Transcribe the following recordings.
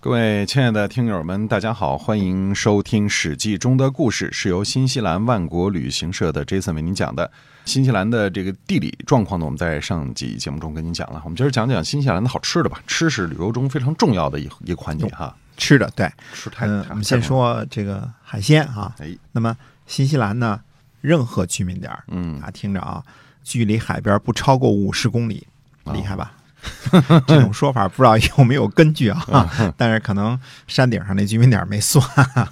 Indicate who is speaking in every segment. Speaker 1: 各位亲爱的听友们，大家好，欢迎收听《史记》中的故事，是由新西兰万国旅行社的 Jason 为您讲的。新西兰的这个地理状况呢，我们在上集节目中跟您讲了。我们今儿讲讲新西兰的好吃的吧，吃是旅游中非常重要的一一个环节哈。
Speaker 2: 吃的，对，
Speaker 1: 吃太，
Speaker 2: 嗯，
Speaker 1: 太
Speaker 2: 我们先，说这个海鲜啊。
Speaker 1: 太哎，
Speaker 2: 那么新西兰呢，任何居民点儿
Speaker 1: 嗯，
Speaker 2: 啊，听着啊，距离海边不超过五十公里，
Speaker 1: 哦
Speaker 2: 厉害吧？ 这种说法不知道有没有根据啊，
Speaker 1: 嗯
Speaker 2: 但是可能山顶上那居民点儿没算，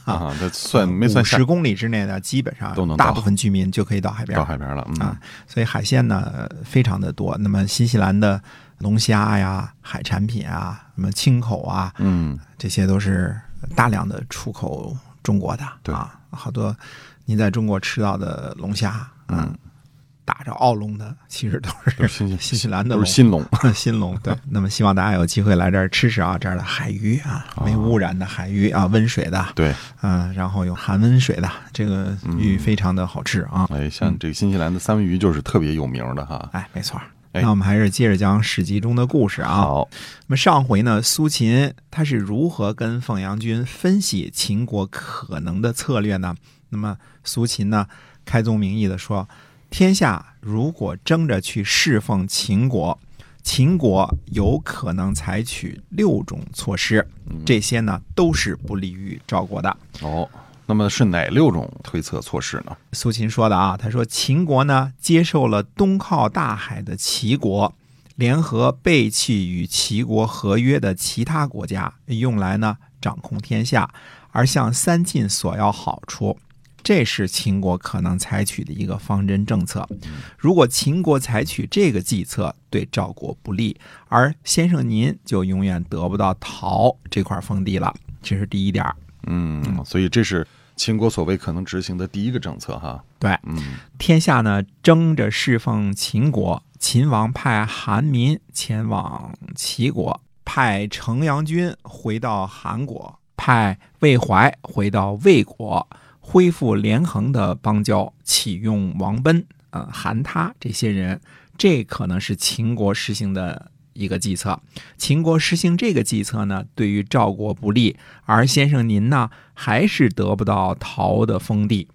Speaker 1: 啊，这算没算
Speaker 2: 五
Speaker 1: 下
Speaker 2: 十公里之内的，基本上
Speaker 1: 都能到
Speaker 2: 大部分居民就可以到海边
Speaker 1: 到。海边了？嗯
Speaker 2: 啊所以海鲜呢呃非常的多。那么新西兰的龙虾呀、海产品啊、什么青口啊，
Speaker 1: 嗯，
Speaker 2: 这些都是大量的出口中国的。
Speaker 1: 对
Speaker 2: 啊，好多您在中国吃到的龙虾，
Speaker 1: 嗯，
Speaker 2: 打着澳龙的其实都
Speaker 1: 都
Speaker 2: 是
Speaker 1: 是 新
Speaker 2: 新西兰的
Speaker 1: 都
Speaker 2: 龙
Speaker 1: 是。新龙，
Speaker 2: 新龙对，那么希望大家有机会来这儿吃吃啊，这儿的海鱼啊，没污染的海鱼啊，温水的，
Speaker 1: 对，
Speaker 2: 嗯、然后有含温水的，这个鱼非常的好吃啊。
Speaker 1: 哎，像这个新西兰的三文鱼就是特别有名的哈。
Speaker 2: 哎，没错儿。
Speaker 1: 哎
Speaker 2: 那我们还是接着讲《史记》中的故事啊。
Speaker 1: 好，
Speaker 2: 那么上回呢，苏秦他是如何跟凤阳君分析秦国可能的策略呢？那么苏秦呢，开宗明义的说，天下如果争着去侍奉秦国，秦国有可能采取六种措施，
Speaker 1: 嗯
Speaker 2: 这些呢都是不利于赵国的。
Speaker 1: 哦，那么是哪六种推测措施呢？
Speaker 2: 苏秦说的啊，他说秦国呢接受了东靠大海的齐国，联合背弃与齐国合约的其他国家，用来呢掌控天下，而向三晋索要好处。这是秦国可能采取的一个方针政策。如果秦国采取这个计策，对赵国不利，而先生您就永远得不到陶这块封地了。这是第一点儿。
Speaker 1: 嗯，所以这是秦国所谓可能执行的第一个政策哈。
Speaker 2: 对，
Speaker 1: 嗯，
Speaker 2: 天下呢争着侍奉秦国，秦王派韩民前往齐国，派程阳君回到韩国，派魏怀回到魏国，恢复连横的邦交，启用王贲、呃韩他这些人，这可能是秦国实行的。一个计策，秦国实行这个计策呢，对于赵国不利，而先生您呢，还是得不到陶的封地。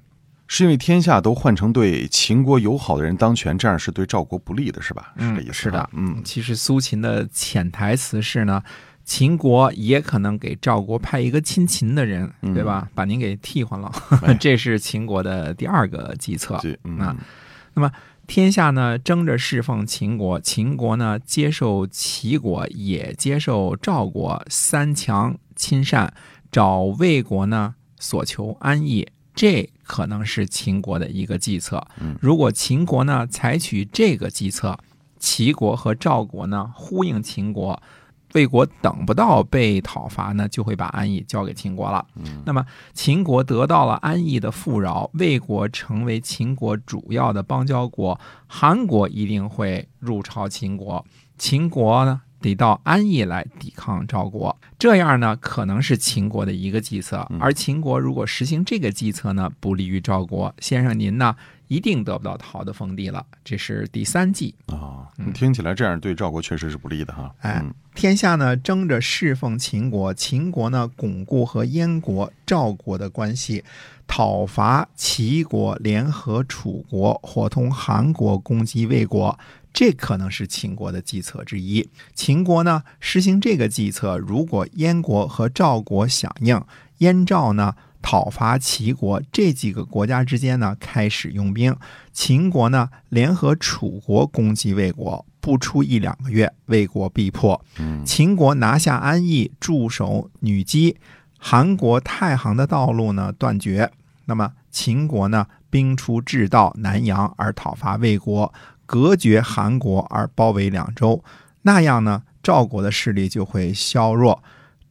Speaker 1: 是因为天下都换成对秦国友好的人当权，这样是对赵国不利的，是吧？是
Speaker 2: 嗯
Speaker 1: 这意思。
Speaker 2: 是的，
Speaker 1: 嗯，
Speaker 2: 其实苏秦的潜台词是呢，秦国也可能给赵国派一个亲秦的人，
Speaker 1: 嗯
Speaker 2: 对吧？把您给替换了，
Speaker 1: 哎
Speaker 2: 这是秦国的第二个计策。
Speaker 1: 这
Speaker 2: 那
Speaker 1: 嗯，
Speaker 2: 天下呢争着侍奉秦国，秦国呢接受齐国，也接受赵国，三强亲善，找魏国呢所求安逸。这可能是秦国的一个计策
Speaker 1: 嗯。
Speaker 2: 如果秦国呢采取这个计策，齐国和赵国呢呼应秦国，魏国等不到被讨伐呢，就会把安邑交给秦国了。那么秦国得到了安邑的富饶，魏国成为秦国主要的邦交国，韩国一定会入朝秦国，秦国呢得到安邑来抵抗赵国，这样呢可能是秦国的一个计策。而秦国如果实行这个计策呢，不利于赵国。先生您呢一定得不到陶的封地了，这是第三计。
Speaker 1: 啊，听起来这样对赵国确实是不利的哈。
Speaker 2: 嗯哎
Speaker 1: 嗯，
Speaker 2: 天下呢争着侍奉秦国，秦国呢巩固和燕国、赵国的关系，讨伐齐国，联合楚国，伙同韩国攻击魏国。这可能是秦国的计策之一。秦国呢实行这个计策，如果燕国和赵国响应，燕赵呢讨伐齐国，这几个国家之间呢开始用兵。秦国呢联合楚国攻击魏国，不出一两个月，魏国必破。
Speaker 1: 嗯
Speaker 2: 秦国拿下安邑，驻守女姬；韩国太行的道路呢断绝。那么秦国呢，兵出至道南阳而讨伐魏国，隔绝韩国而包围两州。那样呢，赵国的势力就会削弱。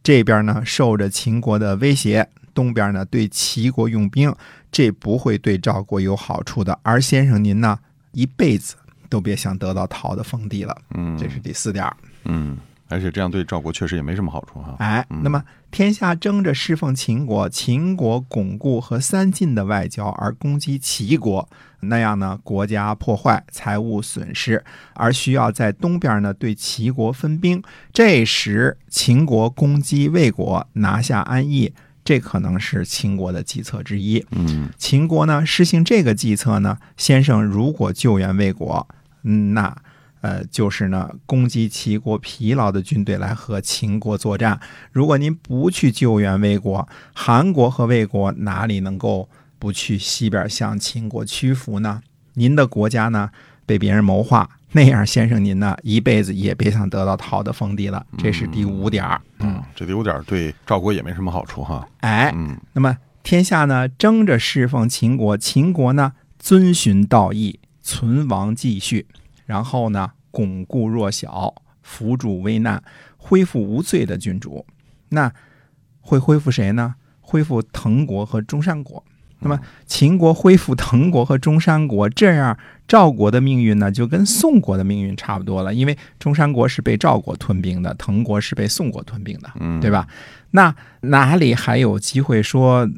Speaker 2: 这边呢受着秦国的威胁，东边呢对齐国用兵，这不会对赵国有好处的。而先生您呢，一辈子都别想得到陶的封地了。
Speaker 1: 嗯，
Speaker 2: 这是第四点儿。
Speaker 1: 嗯，而且这样对赵国确实也没什么好处哈。嗯
Speaker 2: 哎，那么天下争着侍奉秦国，秦国巩固和三晋的外交，而攻击齐国，那样呢，国家破坏、财务损失，而需要在东边呢对齐国分兵。这时秦国攻击魏国，拿下安邑。这可能是秦国的计策之一。
Speaker 1: 嗯，
Speaker 2: 秦国呢施行这个计策呢，先生如果救援魏国，嗯那呃就是呢攻击齐国疲劳的军队来和秦国作战。如果您不去救援魏国，韩国和魏国哪里能够不去西边向秦国屈服呢？您的国家呢被别人谋划，那样先生您呢一辈子也别想得到陶的封地了。这是第五点儿。
Speaker 1: 嗯，这有点对赵国也没什么好处哈。
Speaker 2: 哎，
Speaker 1: 嗯
Speaker 2: 那么天下呢争着侍奉秦国，秦国呢遵循道义，存亡继续，然后呢巩固弱小，扶助危难，恢复无罪的君主。那会恢复谁呢？恢复滕国和中山国。那么秦国恢复滕国和中山国，这样赵国的命运呢，就跟宋国的命运差不多了，因为中山国是被赵国吞并的，滕国是被宋国吞并的。
Speaker 1: 嗯，
Speaker 2: 对吧？那哪里还有机会说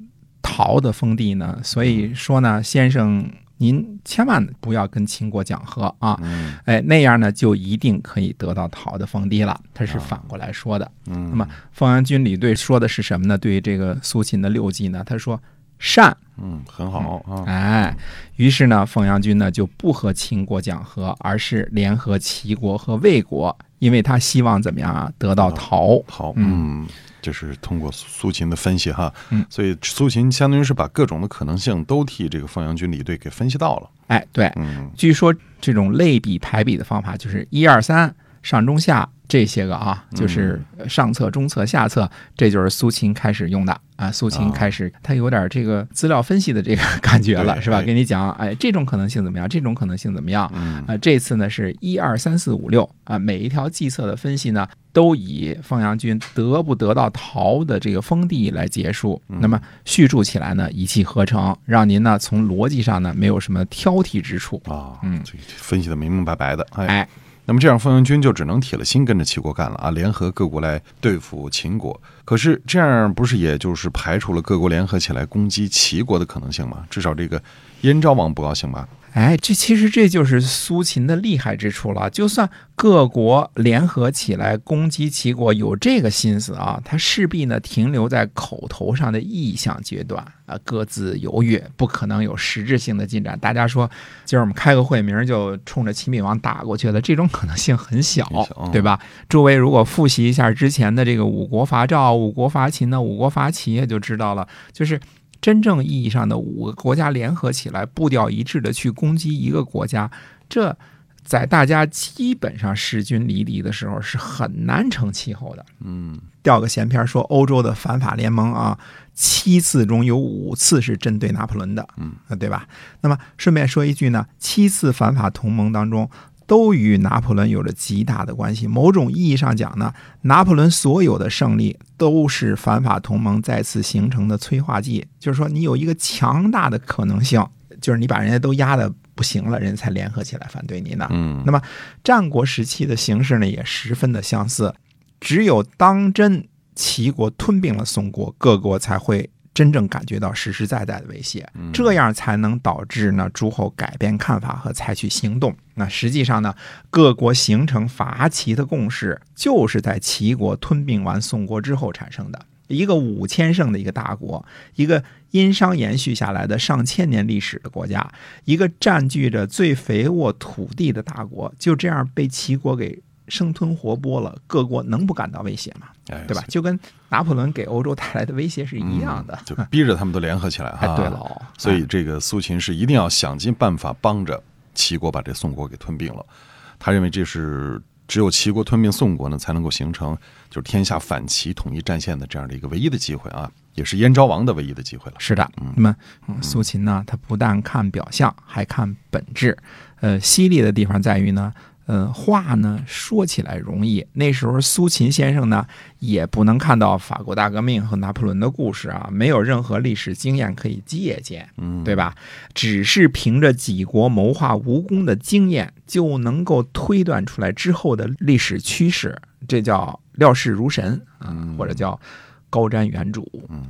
Speaker 2: 陶的封地呢？所以说呢，先生，您千万不要跟秦国讲和啊，
Speaker 1: 嗯
Speaker 2: 哎，那样呢就一定可以得到陶的封地了。他是反过来说的。
Speaker 1: 嗯，
Speaker 2: 那么凤阳军李队说的是什么呢？对于这个苏秦的六计呢，他说善
Speaker 1: 嗯很好啊。
Speaker 2: 哎，于是呢，凤阳君呢就不和秦国讲和，而是联合齐国和魏国，因为他希望怎么样啊，得到陶。
Speaker 1: 好，
Speaker 2: 嗯
Speaker 1: 嗯，这是通过苏苏秦的分析哈，
Speaker 2: 嗯
Speaker 1: 所以苏秦相当于是把各种的可能性都替这个凤阳军李队给分析到了，
Speaker 2: 哎，对，
Speaker 1: 嗯
Speaker 2: 据说这种类比排比的方法就是一二三上中下这些个啊，就是
Speaker 1: 嗯
Speaker 2: 上策、中策、下策，这就是苏秦开始用的啊。苏秦
Speaker 1: 啊
Speaker 2: 开始他有点这个资料分析的这个 感觉了，
Speaker 1: 对
Speaker 2: 是吧？
Speaker 1: 哎
Speaker 2: 给你讲，哎，这种可能性怎么样？这种可能性怎么样？
Speaker 1: 嗯
Speaker 2: 啊，这次呢是一二三四五六啊，每一条计策的分析呢，都以凤阳君得不得到陶的这个封地来结束。
Speaker 1: 嗯
Speaker 2: 那么叙述起来呢，一气呵成，让您呢从逻辑上呢没有什么挑剔之处。
Speaker 1: 啊，
Speaker 2: 嗯
Speaker 1: 这个分析的明明白白的，哎，
Speaker 2: 哎，
Speaker 1: 那么这样凤阳军就只能铁了心跟着齐国干了啊，联合各国来对付秦国，可是这样不是也就是排除了各国联合起来攻击齐国的可能性吗？至少这个燕昭王不高兴吧？
Speaker 2: 哎，这其实这就是苏秦的厉害之处了。就算各国联合起来攻击齐国，有这个心思啊，他势必呢停留在口头上的意向阶段啊，各自犹豫，不可能有实质性的进展。大家说，今儿我们开个会，明儿就冲着齐闵王打过去了，这种可能性很小
Speaker 1: 很小，
Speaker 2: 哦对吧？诸位如果复习一下之前的这个五国伐赵、五国伐秦呢、五国伐齐，也就知道了，就是真正意义上的五个国家联合起来，步调一致的去攻击一个国家，这在大家基本上势均力敌的时候是很难成气候的。
Speaker 1: 嗯
Speaker 2: 掉个闲篇儿说，欧洲的反法联盟啊，七次中有五次是针对拿破仑的，
Speaker 1: 嗯
Speaker 2: 呃，对吧？那么顺便说一句呢，七次反法同盟当中。都与拿破仑有着极大的关系。某种意义上讲呢，拿破仑所有的胜利都是反法同盟再次形成的催化剂。就是说，你有一个强大的可能性，就是你把人家都压的不行了，人家才联合起来反对你呢。
Speaker 1: 嗯
Speaker 2: 那么战国时期的形势呢，也十分的相似。只有当真齐国吞并了宋国，各国才会真正感觉到实实在在的威胁，
Speaker 1: 嗯
Speaker 2: 这样才能导致呢诸侯改变看法和采取行动。那实际上呢，各国形成伐齐的共识，就是在齐国吞并完宋国之后产生的。一个五千胜的一个大国，一个殷商延续下来的上千年历史的国家，一个占据着最肥沃土地的大国，就这样被齐国给生吞活剥了，各国能不感到威胁吗？
Speaker 1: 哎，嗯
Speaker 2: 对吧？就跟拿破仑给欧洲带来的威胁是一样的。
Speaker 1: 就逼着他们都联合起来
Speaker 2: 哎
Speaker 1: 哈。，
Speaker 2: 对了哦，
Speaker 1: 啊所以这个苏秦是一定要想尽办法帮着齐国把这宋国给吞并了。他认为这是只有齐国吞并宋国呢，才能够形成就是天下反齐统一战线的这样的一个唯一的机会啊，也是燕昭王的唯一的机会了。
Speaker 2: 是的，那么嗯苏呃秦呢，他不但看表象，还看本质。呃，犀利的地方在于呢，嗯，话呢说起来容易，那时候苏秦先生呢也不能看到法国大革命和拿破仑的故事啊，没有任何历史经验可以借鉴，
Speaker 1: 嗯，
Speaker 2: 对吧？只是凭着几国谋划无功的经验，就能够推断出来之后的历史趋势，这叫料事如神啊，或者叫高瞻远瞩。
Speaker 1: 嗯，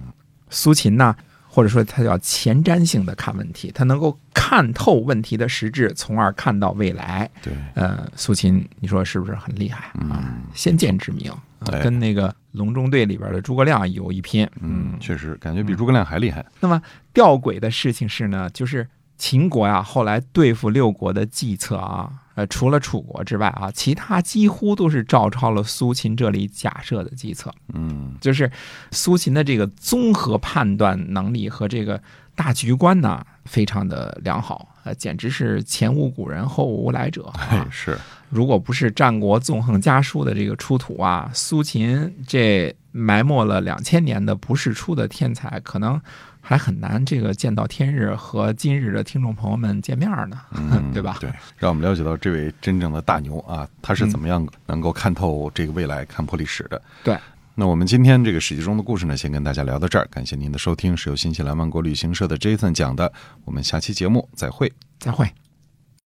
Speaker 2: 苏秦呢，或者说他叫前瞻性的看问题，他能够看透问题的实质，从而看到未来。
Speaker 1: 对，
Speaker 2: 呃，苏秦，你说是不是很厉害啊？
Speaker 1: 嗯，
Speaker 2: 先见之明，
Speaker 1: 对
Speaker 2: 呃跟那个隆中对里边的诸葛亮有一拼。
Speaker 1: 嗯，确实感觉比诸葛亮还厉害。
Speaker 2: 那么吊诡的事情是呢，就是秦国呀，后来对付六国的计策啊，呃，除了楚国之外啊，其他几乎都是照抄了苏秦这里假设的计策。
Speaker 1: 嗯
Speaker 2: 就是苏秦的这个综合判断能力和这个大局观呢，非常的良好，呃，简直是前无古人后无来者、
Speaker 1: 哎
Speaker 2: 啊，。
Speaker 1: 是，
Speaker 2: 如果不是战国纵横家书的这个出土啊，苏秦这埋没了两千年的不世出的天才，可能还很难这个见到天日和今日的听众朋友们见面呢，
Speaker 1: 嗯
Speaker 2: 对吧？
Speaker 1: 对，让我们了解到这位真正的大牛啊，他是怎么样能够看透这个未来、看破历史的。
Speaker 2: 嗯对。
Speaker 1: 那我们今天这个史记中的故事呢，先跟大家聊到这儿。感谢您的收听，是由新西兰万国旅行社的 Jason 讲的。我们下期节目再会。
Speaker 2: 再会。